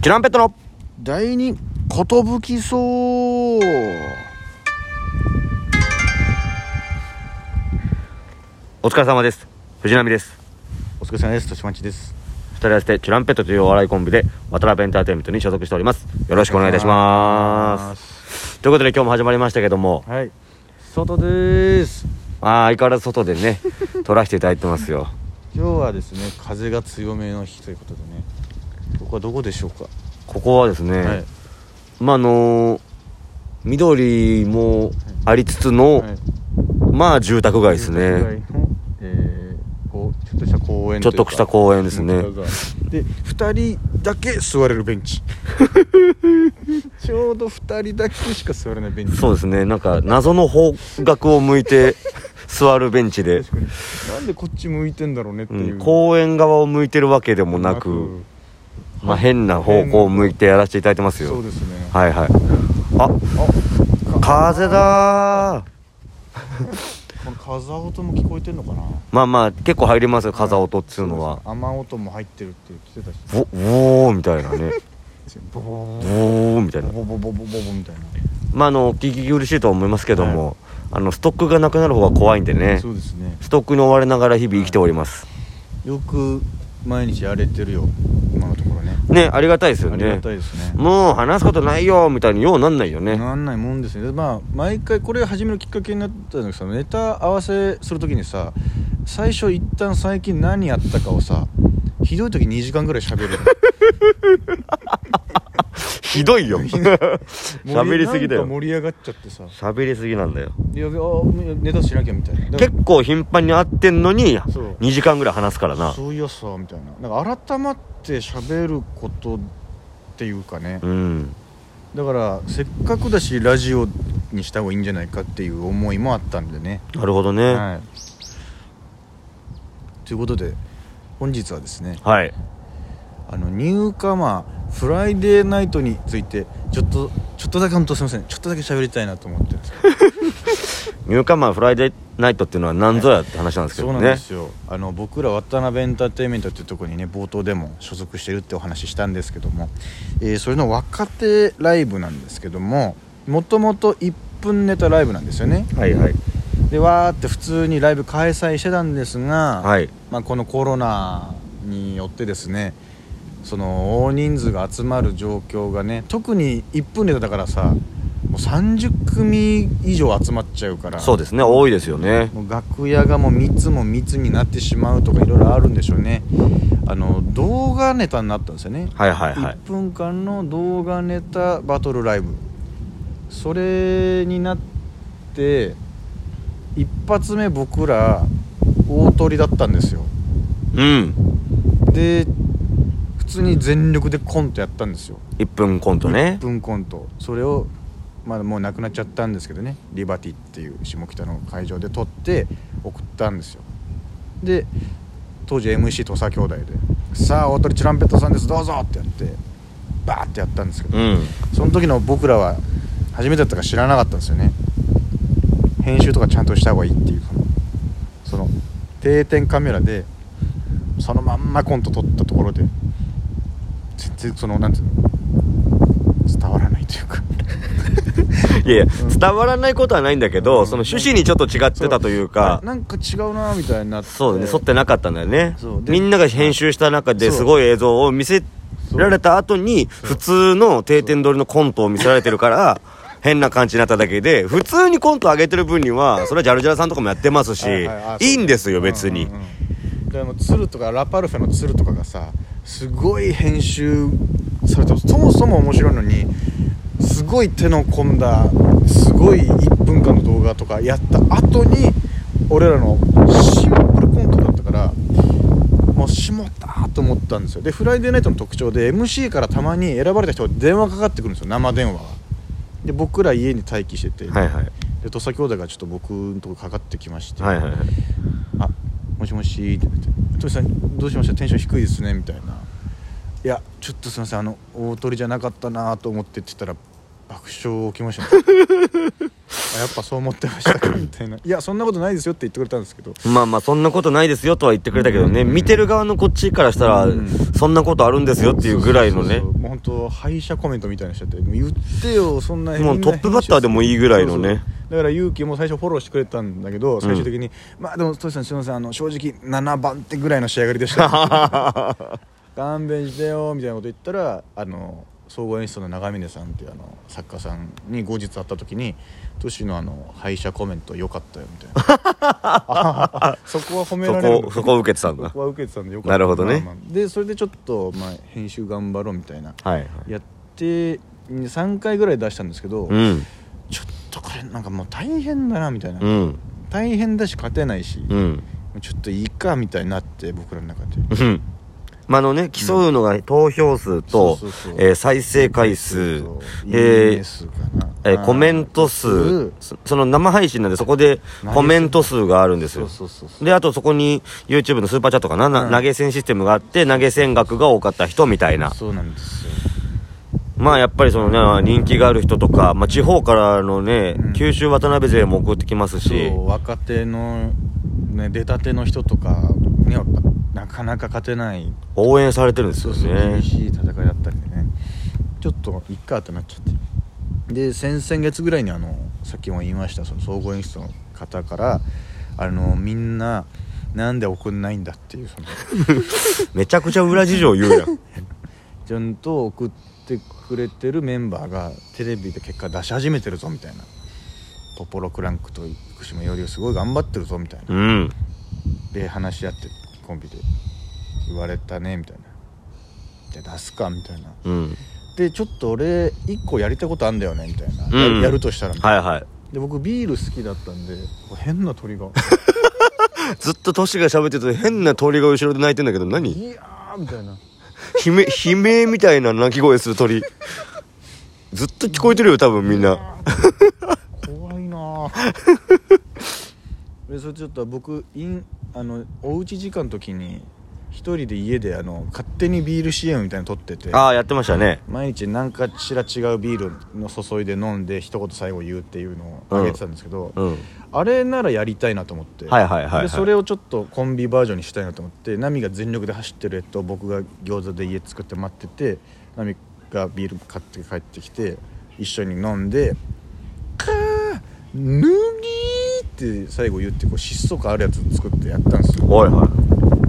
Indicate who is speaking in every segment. Speaker 1: チュランペットの
Speaker 2: 第二寿そう
Speaker 1: お疲れ様です藤波です
Speaker 2: お疲れ様です年町です
Speaker 1: 二人合わせてチュランペットというお笑いコンビで渡辺エンターテインメントに所属しておりますよろしくお願いいたしますということで今日も始まりましたけども
Speaker 2: はい外です
Speaker 1: まあ相変わらず外で ね撮らせていただいてますよ
Speaker 2: 今日はですね風が強めの日ということでねここはどこでしょうか、
Speaker 1: ここはですね、
Speaker 2: はい
Speaker 1: まああのー緑もありつつの、
Speaker 2: はい
Speaker 1: まあ住宅街です
Speaker 2: 住宅
Speaker 1: ね
Speaker 2: 街のえーこうちょっとした公園
Speaker 1: ちょっとした公園ですね
Speaker 2: うんがで二人だけ座れるベ ンチちょうど二人だけしか座れないベンチ
Speaker 1: そうですねなんか謎の方角を向い て座るベンチで、
Speaker 2: 確かになんでこっち向いてんだろうねって
Speaker 1: う
Speaker 2: いう、
Speaker 1: ん、公園側を向いてるわけでもなくまあ、変な方向を向いてやらせていただいてます
Speaker 2: そう
Speaker 1: よ
Speaker 2: ですね
Speaker 1: はいはいあ風だー
Speaker 2: この風音も聞こえてんのかな
Speaker 1: まあまあ結構入りますよ風音っつうのは
Speaker 2: 雨音も入ってるって言ってたし
Speaker 1: ボボーみたいな ね
Speaker 2: ボボボ
Speaker 1: ボーみたいな
Speaker 2: ボボボボボボボみたいな、
Speaker 1: まああのお聞き苦しいとは思いますけども、あのストックがなくなる方が怖いんでね
Speaker 2: そうですね
Speaker 1: ストックに追われながら日々生きております
Speaker 2: よく毎日やれてるよ今のところね
Speaker 1: ねありがたいですよ
Speaker 2: ありが
Speaker 1: ね
Speaker 2: たいですね
Speaker 1: もう話すことないよみたいにようなんないよね
Speaker 2: なんないもんですねでまあ毎回これ始めるきっかけになったのがさネタ合わせするときにさ最初一旦最近何やったかをさひどい時2時間ぐらい喋る
Speaker 1: ひどいよ喋りすぎだ
Speaker 2: な
Speaker 1: よ
Speaker 2: んか盛り上がっちゃってさ
Speaker 1: 喋りすぎなんだよ
Speaker 2: いやあネタしなきゃみたいなだから
Speaker 1: 結構頻繁に会ってんのに
Speaker 2: そう
Speaker 1: 2時間ぐらい話すからな
Speaker 2: そういやさみたいななんか改まって喋ることっていうかね、
Speaker 1: うん
Speaker 2: だからせっかくだしラジオにした方がいいんじゃないかっていう思いもあったんでね、
Speaker 1: なるほどねはい、
Speaker 2: はい、ということで本日はですねあのニューカマーフライデーナイトについてちょっとちょっとだけ本当すいませんちょっとだけ喋りたいなと思ってるんですけど
Speaker 1: ニューカマーフライデーナイトっていうのは何ぞやって話なんですけ
Speaker 2: そう
Speaker 1: ど
Speaker 2: なん
Speaker 1: ね
Speaker 2: ですよ、あの僕ら渡辺エンターテインメントっていうところにね冒頭でも所属してるってお話ししたんですけども、えーそれの若手ライブなんですけどももともと1分ネタライブなんですよね
Speaker 1: はいはい
Speaker 2: でわーって普通にライブ開催してたんですが、
Speaker 1: はい
Speaker 2: まあ、このコロナによってですねその大人数が集まる状況がね特に1分ネタだからさもう30組以上集まっちゃうから
Speaker 1: そうですね多いですよね
Speaker 2: もう楽屋がもう密も密になってしまうとかいろいろあるんでしょうねあの動画ネタになったんですよね
Speaker 1: はいはいはい
Speaker 2: 1分間の動画ネタバトルライブそれになって一発目僕ら大トリだったんですよ
Speaker 1: うん
Speaker 2: で普通に全力でコントやったんですよ
Speaker 1: 1分コントね
Speaker 2: 1分コントそれをまだもうなくなっちゃったんですけどねリバティっていう下北の会場で撮って送ったんですよで当時 MC 土佐兄弟で「さあ大鳥チュランペットさんですどうぞ!」ってやってバーってやったんですけど、
Speaker 1: うん
Speaker 2: その時の僕らは初めてだったから知らなかったんですよね編集とかちゃんとした方がいいっていうそのその定点カメラでそのまんまコント撮ったところで全然そのなんていうの伝わらないというか
Speaker 1: いやいや伝わらないことはないんだけどその趣旨にちょっと違ってたというか
Speaker 2: あなんか違うなみたいになって
Speaker 1: そうだね、沿ってなかったんだよね
Speaker 2: そう。で
Speaker 1: みんなが編集した中で
Speaker 2: そう
Speaker 1: すごい映像を見せられた後に、普通の定点撮りのコントを見せられてるから、変な感じになっただけで、普通にコント上げてる分には、それはジャルジャルさんとかもやってますし、
Speaker 2: はい
Speaker 1: い
Speaker 2: はいあ
Speaker 1: いんですよ、別に
Speaker 2: うん。うんうんでも鶴とかラパルフェの鶴とかがさすごい編集されてそもそも面白いのにすごい手の込んだすごい1分間の動画とかやった後に俺らのシンプルコントだったからもうしもったと思ったんですよで「フライデーナイト」の特徴で MC からたまに選ばれた人が電話かかってくるんですよ生電話がで僕ら家に待機してて、
Speaker 1: はいはい。
Speaker 2: で土佐兄弟がちょっと僕のとこかかってきまして、
Speaker 1: はいはいはい。
Speaker 2: あもしもし」って言って「トシさんどうしましたテンション低いですね」みたいな「いやちょっとすいませんあの 大鳥じゃなかったなと思って」って言ったら爆笑起きましたねあやっぱそう思ってましたかみたいな「いやそんなことないですよ」って言ってくれたんですけど
Speaker 1: まあまあそんなことないですよとは言ってくれたけどね見てる側のこっちからしたら
Speaker 2: うん
Speaker 1: そんなことあるんですよっていうぐらいのね
Speaker 2: そうそうそうもう本当敗者コメントみたいにしちゃってもう言ってよそんな
Speaker 1: もう
Speaker 2: みん
Speaker 1: ト
Speaker 2: な
Speaker 1: ップバッターでもいいぐらいのね
Speaker 2: そうそうだから勇気も最初フォローしてくれたんだけど最終的に、まあでもトシさんすいませんあの正直7番手ぐらいの仕上がりでした 勘弁してよみたいなこと言ったらあの総合演出の長峰さんっていうあの作家さんに後日会った時に「トシのあの敗者コメント良かったよ」みたい なあそこは褒め
Speaker 1: そ
Speaker 2: られるん
Speaker 1: こ
Speaker 2: だ
Speaker 1: そこを受けてたん
Speaker 2: そ
Speaker 1: だ
Speaker 2: こは受けてたんでよかった
Speaker 1: なるほどね
Speaker 2: まあまあでそれでちょっと、まあ、編集頑張ろうみたいな
Speaker 1: はい
Speaker 2: やって3回ぐらい出したんですけど、
Speaker 1: うん
Speaker 2: ちょっとこれなんかもう大変だなみたいな、
Speaker 1: うん
Speaker 2: 大変だし勝てないし、
Speaker 1: うん
Speaker 2: ちょっといいかみたいになって僕らの中で
Speaker 1: うんまああのね競うのが投票数と
Speaker 2: そうそうそう
Speaker 1: えー再生回数
Speaker 2: そうそういい
Speaker 1: え
Speaker 2: ね
Speaker 1: ー
Speaker 2: 数かな
Speaker 1: えーコメント
Speaker 2: う
Speaker 1: 数
Speaker 2: ん
Speaker 1: そその生配信なんでそこでコメント数があるんです
Speaker 2: そ
Speaker 1: よ
Speaker 2: うそうそうそう
Speaker 1: であとそこに YouTube のスーパーチャットかな、な
Speaker 2: うん
Speaker 1: 投げ銭システムがあって投げ銭額が多かった人みたいな
Speaker 2: そうなんですよ
Speaker 1: まあやっぱりそのね人気がある人とか、まあ、地方からのね、
Speaker 2: うん
Speaker 1: 九州渡辺勢も送ってきますし
Speaker 2: そう若手の、ね、出たての人とかねやっぱなかなか勝てない
Speaker 1: 応援されてるんです
Speaker 2: そ
Speaker 1: よ
Speaker 2: うそう
Speaker 1: ね
Speaker 2: 厳しい戦いだったんでねちょっといっかってなっちゃってで先々月ぐらいにあのさっきも言いましたその総合演出の方からあのみんななんで怒んないんだっていうその
Speaker 1: めちゃくちゃ裏事情言うやん
Speaker 2: ちゃんと送ってくれてるメンバーがテレビで結果出し始めてるぞみたいなポポロクランクと福島よりすごい頑張ってるぞみたいな
Speaker 1: うん
Speaker 2: で話し合ってコンビで言われたねみたいなじゃあ出すかみたいな
Speaker 1: うん
Speaker 2: でちょっと俺1個やりたいことあんだよねみたいな、
Speaker 1: うん
Speaker 2: やるやるとしたら、
Speaker 1: はいはい
Speaker 2: で僕ビール好きだったんで変な鳥が
Speaker 1: ずっとトシが喋ってると変な鳥が後ろで鳴いてんだけど何
Speaker 2: いやーみた いな
Speaker 1: 悲鳴悲鳴みたいな鳴き声する鳥ずっと聞こえてるよ多分みんな
Speaker 2: 怖いなーでそれちょっと僕インあのおうち時間の時に一人で家であの勝手にビール CM みたいなの撮ってて
Speaker 1: ああやってましたね
Speaker 2: 毎日何かしら違うビールの注いで飲んで一言最後言うっていうのをあげてたんですけど、
Speaker 1: うん
Speaker 2: あれならやりたいなと思って、
Speaker 1: はいはいはいはい
Speaker 2: でそれをちょっとコンビバージョンにしたいなと思ってナミが全力で走ってる絵と僕が餃子で家作って待っててナミがビール買って帰ってきて一緒に飲んで「かーぬぎー」って最後言ってこう疾走感あるやつ作ってやったんですよ
Speaker 1: おいは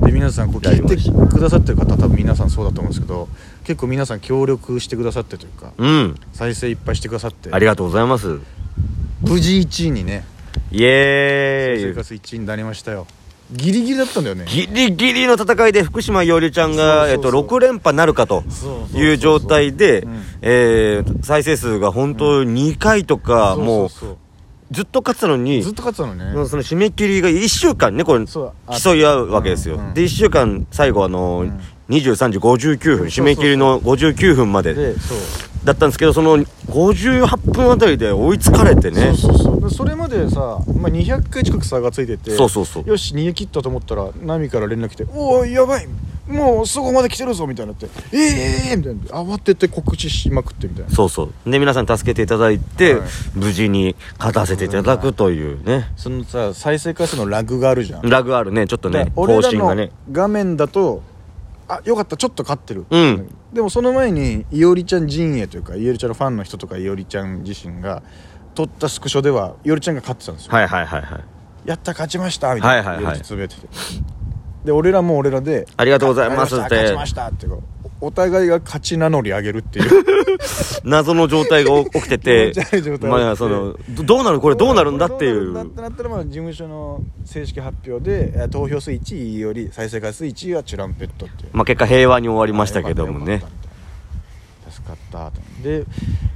Speaker 1: い
Speaker 2: で皆さんこう聞いてくださってる方は多分皆さんそうだと思うんですけど結構皆さん協力してくださってというか
Speaker 1: うん
Speaker 2: 再生いっぱいしてくださって
Speaker 1: ありがとうございます
Speaker 2: 無事1位にね
Speaker 1: イエ
Speaker 2: 生
Speaker 1: ーイ
Speaker 2: 活1位になりましたよギリギリだったんだよね
Speaker 1: ギリギリの戦いで福島よりちゃんが
Speaker 2: そうそうそう
Speaker 1: えっと6連覇なるかと
Speaker 2: そうそうそう
Speaker 1: いう状態で
Speaker 2: うん
Speaker 1: えー再生数が本当2回とかもう
Speaker 2: そうそう
Speaker 1: ずっと勝ってたの
Speaker 2: そう
Speaker 1: に
Speaker 2: ずっと勝ってたの
Speaker 1: もう
Speaker 2: ね
Speaker 1: その締め切りが1週間ねこれ
Speaker 2: そうあ
Speaker 1: 競い合うわけですよ
Speaker 2: うんうん
Speaker 1: で1週間最後あの
Speaker 2: ん
Speaker 1: 23時59分締め切りの59分まで
Speaker 2: でそう,、
Speaker 1: だったんですけどその58分あたりで追いつかれてね
Speaker 2: そうそうそうでそれまでさ、まあ、200回近く差がついてて
Speaker 1: そうそうそう
Speaker 2: よし逃げ切ったと思ったらナミから連絡来て「おおやばいもうそこまで来てるぞ」みたいになって「ええー!」みたいな慌てて告知しまくってみたいな
Speaker 1: そうそうで皆さん助けていただいて、
Speaker 2: はい
Speaker 1: 無事に勝たせていただくというね
Speaker 2: そのさ再生回数のラグがあるじゃん、
Speaker 1: ラグあるねちょっと
Speaker 2: だか
Speaker 1: ね
Speaker 2: ら
Speaker 1: 更
Speaker 2: 俺
Speaker 1: 新が
Speaker 2: らの
Speaker 1: ね
Speaker 2: 画面だとあよかったちょっと勝ってる、
Speaker 1: うん
Speaker 2: でもその前にいおりちゃん陣営というかいおりちゃんのファンの人とかいおりちゃん自身が撮ったスクショではいおりちゃんが勝ってたんですよ、
Speaker 1: はいはいはいはい
Speaker 2: やった勝ちましたみたいな、
Speaker 1: はいはいはい
Speaker 2: いおりちゃんつぶやいててで俺らも俺らで
Speaker 1: ありがとうございます
Speaker 2: 勝
Speaker 1: って
Speaker 2: 勝ちましたってこうおお互いが勝ち名乗り上げるっていう
Speaker 1: 謎の状態が起起きて て
Speaker 2: 気持ち悪い状態
Speaker 1: まあそのどどうなる これどうなるんだってい
Speaker 2: どな
Speaker 1: う
Speaker 2: る
Speaker 1: ん
Speaker 2: だってなったらまあ事務所の正式発表でえー投票数1位より再生回数1位はチュランペットっていう
Speaker 1: まあ結果平和に終わりましたけども
Speaker 2: よ
Speaker 1: ね
Speaker 2: かったよかった助かったとで、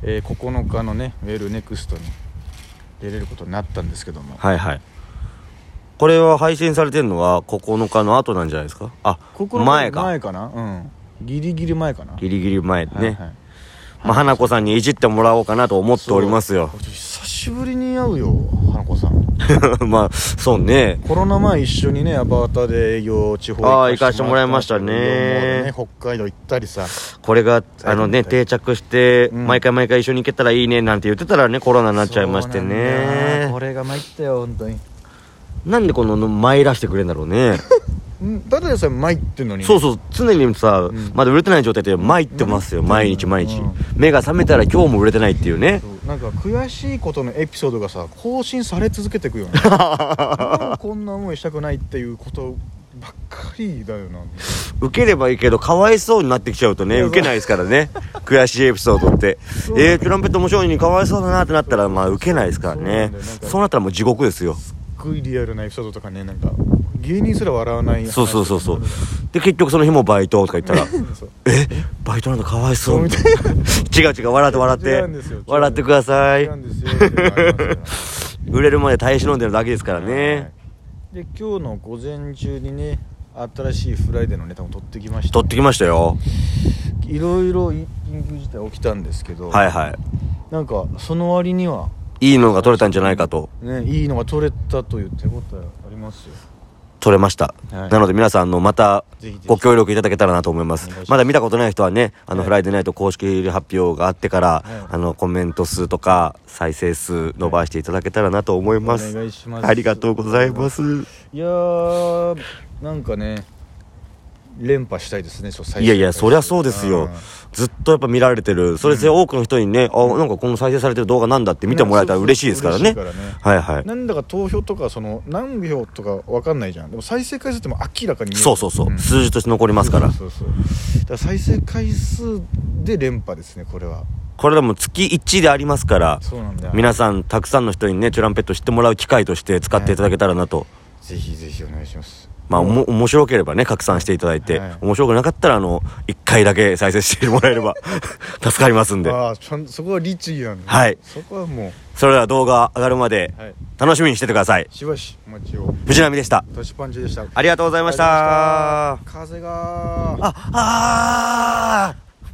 Speaker 2: えー9日のねウェルネクストに出れることになったんですけども、
Speaker 1: はいはいこれは配信されてるのは9日の後なんじゃないですかあ
Speaker 2: 9日
Speaker 1: 前か
Speaker 2: 前かなうんギリギリ前かな
Speaker 1: ギリギリ前ね、
Speaker 2: はいはい
Speaker 1: まあ、花子さんにいじってもらおうかなと思っておりますよ
Speaker 2: そうちょっと久しぶりに会うよ花子さん
Speaker 1: まあそうね
Speaker 2: コロナ前一緒にねアバターで営業地方
Speaker 1: あー行かしてもらいましたね
Speaker 2: 行かしてもらいましたけどもうね北海道行ったりさ
Speaker 1: これがあのね
Speaker 2: 大変だ
Speaker 1: 定着して
Speaker 2: うん
Speaker 1: 毎回毎回一緒に行けたらいいねなんて言ってたらねコロナになっちゃいまして
Speaker 2: そうなんだ
Speaker 1: ね
Speaker 2: よこれが参ったよ本当に
Speaker 1: なんでこの前らしてくれんだろう ね
Speaker 2: うんただでさえ参ってんのに
Speaker 1: そう
Speaker 2: う
Speaker 1: そう常にさ
Speaker 2: うん
Speaker 1: まだ売れてない状態で参ってますよ
Speaker 2: うん
Speaker 1: 毎日毎日
Speaker 2: うん
Speaker 1: 目が覚めたら今日も売れてないっていうね
Speaker 2: なんか悔しいことのエピソードがさ更新され続けてく よねもうこんな思いしたくないっていうことばっかりだよな
Speaker 1: 受ければいいけどかわいそうになってきちゃうとね
Speaker 2: そうそう
Speaker 1: 受けないですから ね悔しいエピソードって
Speaker 2: そう
Speaker 1: えー、トランペット面白いのにかわいそうだなってなったらまあ受けないですからね
Speaker 2: そうなんだよなんか
Speaker 1: そうなったらもう地獄ですよ
Speaker 2: すっごいリアルなエピソードとかねなんか芸人すら笑わない話
Speaker 1: そうそうそうそ
Speaker 2: と
Speaker 1: う
Speaker 2: かね
Speaker 1: で結局その日もバイトとか言った ら
Speaker 2: そう
Speaker 1: えバイトなんかかわいそ
Speaker 2: そううみ
Speaker 1: みた
Speaker 2: た
Speaker 1: い
Speaker 2: い
Speaker 1: な違う違 う笑って笑っ
Speaker 2: 違
Speaker 1: て
Speaker 2: うんですよ
Speaker 1: 笑ってください
Speaker 2: 違うんですよっていうのがありますから
Speaker 1: 売れるまで耐え忍んで るだけですからね
Speaker 2: はいで今日の午前中にね新しいフライデーのネタも撮ってきました
Speaker 1: 取ってきましたよ
Speaker 2: いろいろ緊急事態起きたんですけど、
Speaker 1: はいは
Speaker 2: なんかその割にはい
Speaker 1: いいのが取れたんじゃないかと
Speaker 2: ねいいのが撮れたという手応えありますよ
Speaker 1: 取れました、
Speaker 2: はい
Speaker 1: なので皆さんあのまた
Speaker 2: ぜひぜひ
Speaker 1: ご協力いただけたらなと思います
Speaker 2: お願いします
Speaker 1: まだ見たことない人はね「あの
Speaker 2: はい
Speaker 1: フライデーナイト」公式発表があってから、
Speaker 2: はい
Speaker 1: あのコメント数とか再生数伸ばしていただけたらなと思い
Speaker 2: お
Speaker 1: ます、
Speaker 2: 願いします
Speaker 1: ありがとうございます
Speaker 2: いやーなんかね連覇したいですねそう最
Speaker 1: いやいやそりゃそうですよ
Speaker 2: ん
Speaker 1: ずっとやっぱ見られてるそれで多くの人にね、あなんかこの再生されてる動画なんだって見てもらえたら嬉しいですからね
Speaker 2: そうそう嬉しいからね
Speaker 1: はいはい
Speaker 2: なんだか投票とかその何秒とかわかんないじゃんでも再生回数ってもう明らかに見える
Speaker 1: そうそうそう、
Speaker 2: ん
Speaker 1: 数字として残りますから
Speaker 2: そうそうそうだから再生回数で連覇ですねこれは
Speaker 1: これでも月1でありますから
Speaker 2: そうなんだよ
Speaker 1: 皆さんたくさんの人にねチュランペット知ってもらう機会として使っていただけたらなと、
Speaker 2: ぜひぜひお願いします
Speaker 1: まあ、お
Speaker 2: もう
Speaker 1: も面白ければね拡散していただいて、
Speaker 2: はい
Speaker 1: 面白くなかったらあの1回だけ再生してもらえれば 助かりますんで
Speaker 2: ああちゃんそこは律儀なんだ
Speaker 1: はい
Speaker 2: そこはも
Speaker 1: それでは動画上がるまで
Speaker 2: うはい
Speaker 1: 楽しみにしててください
Speaker 2: しばしお待ちを
Speaker 1: 藤波でした
Speaker 2: トシパンチでしたありがとう
Speaker 1: ありがとうございました
Speaker 2: ございました風が
Speaker 1: ああー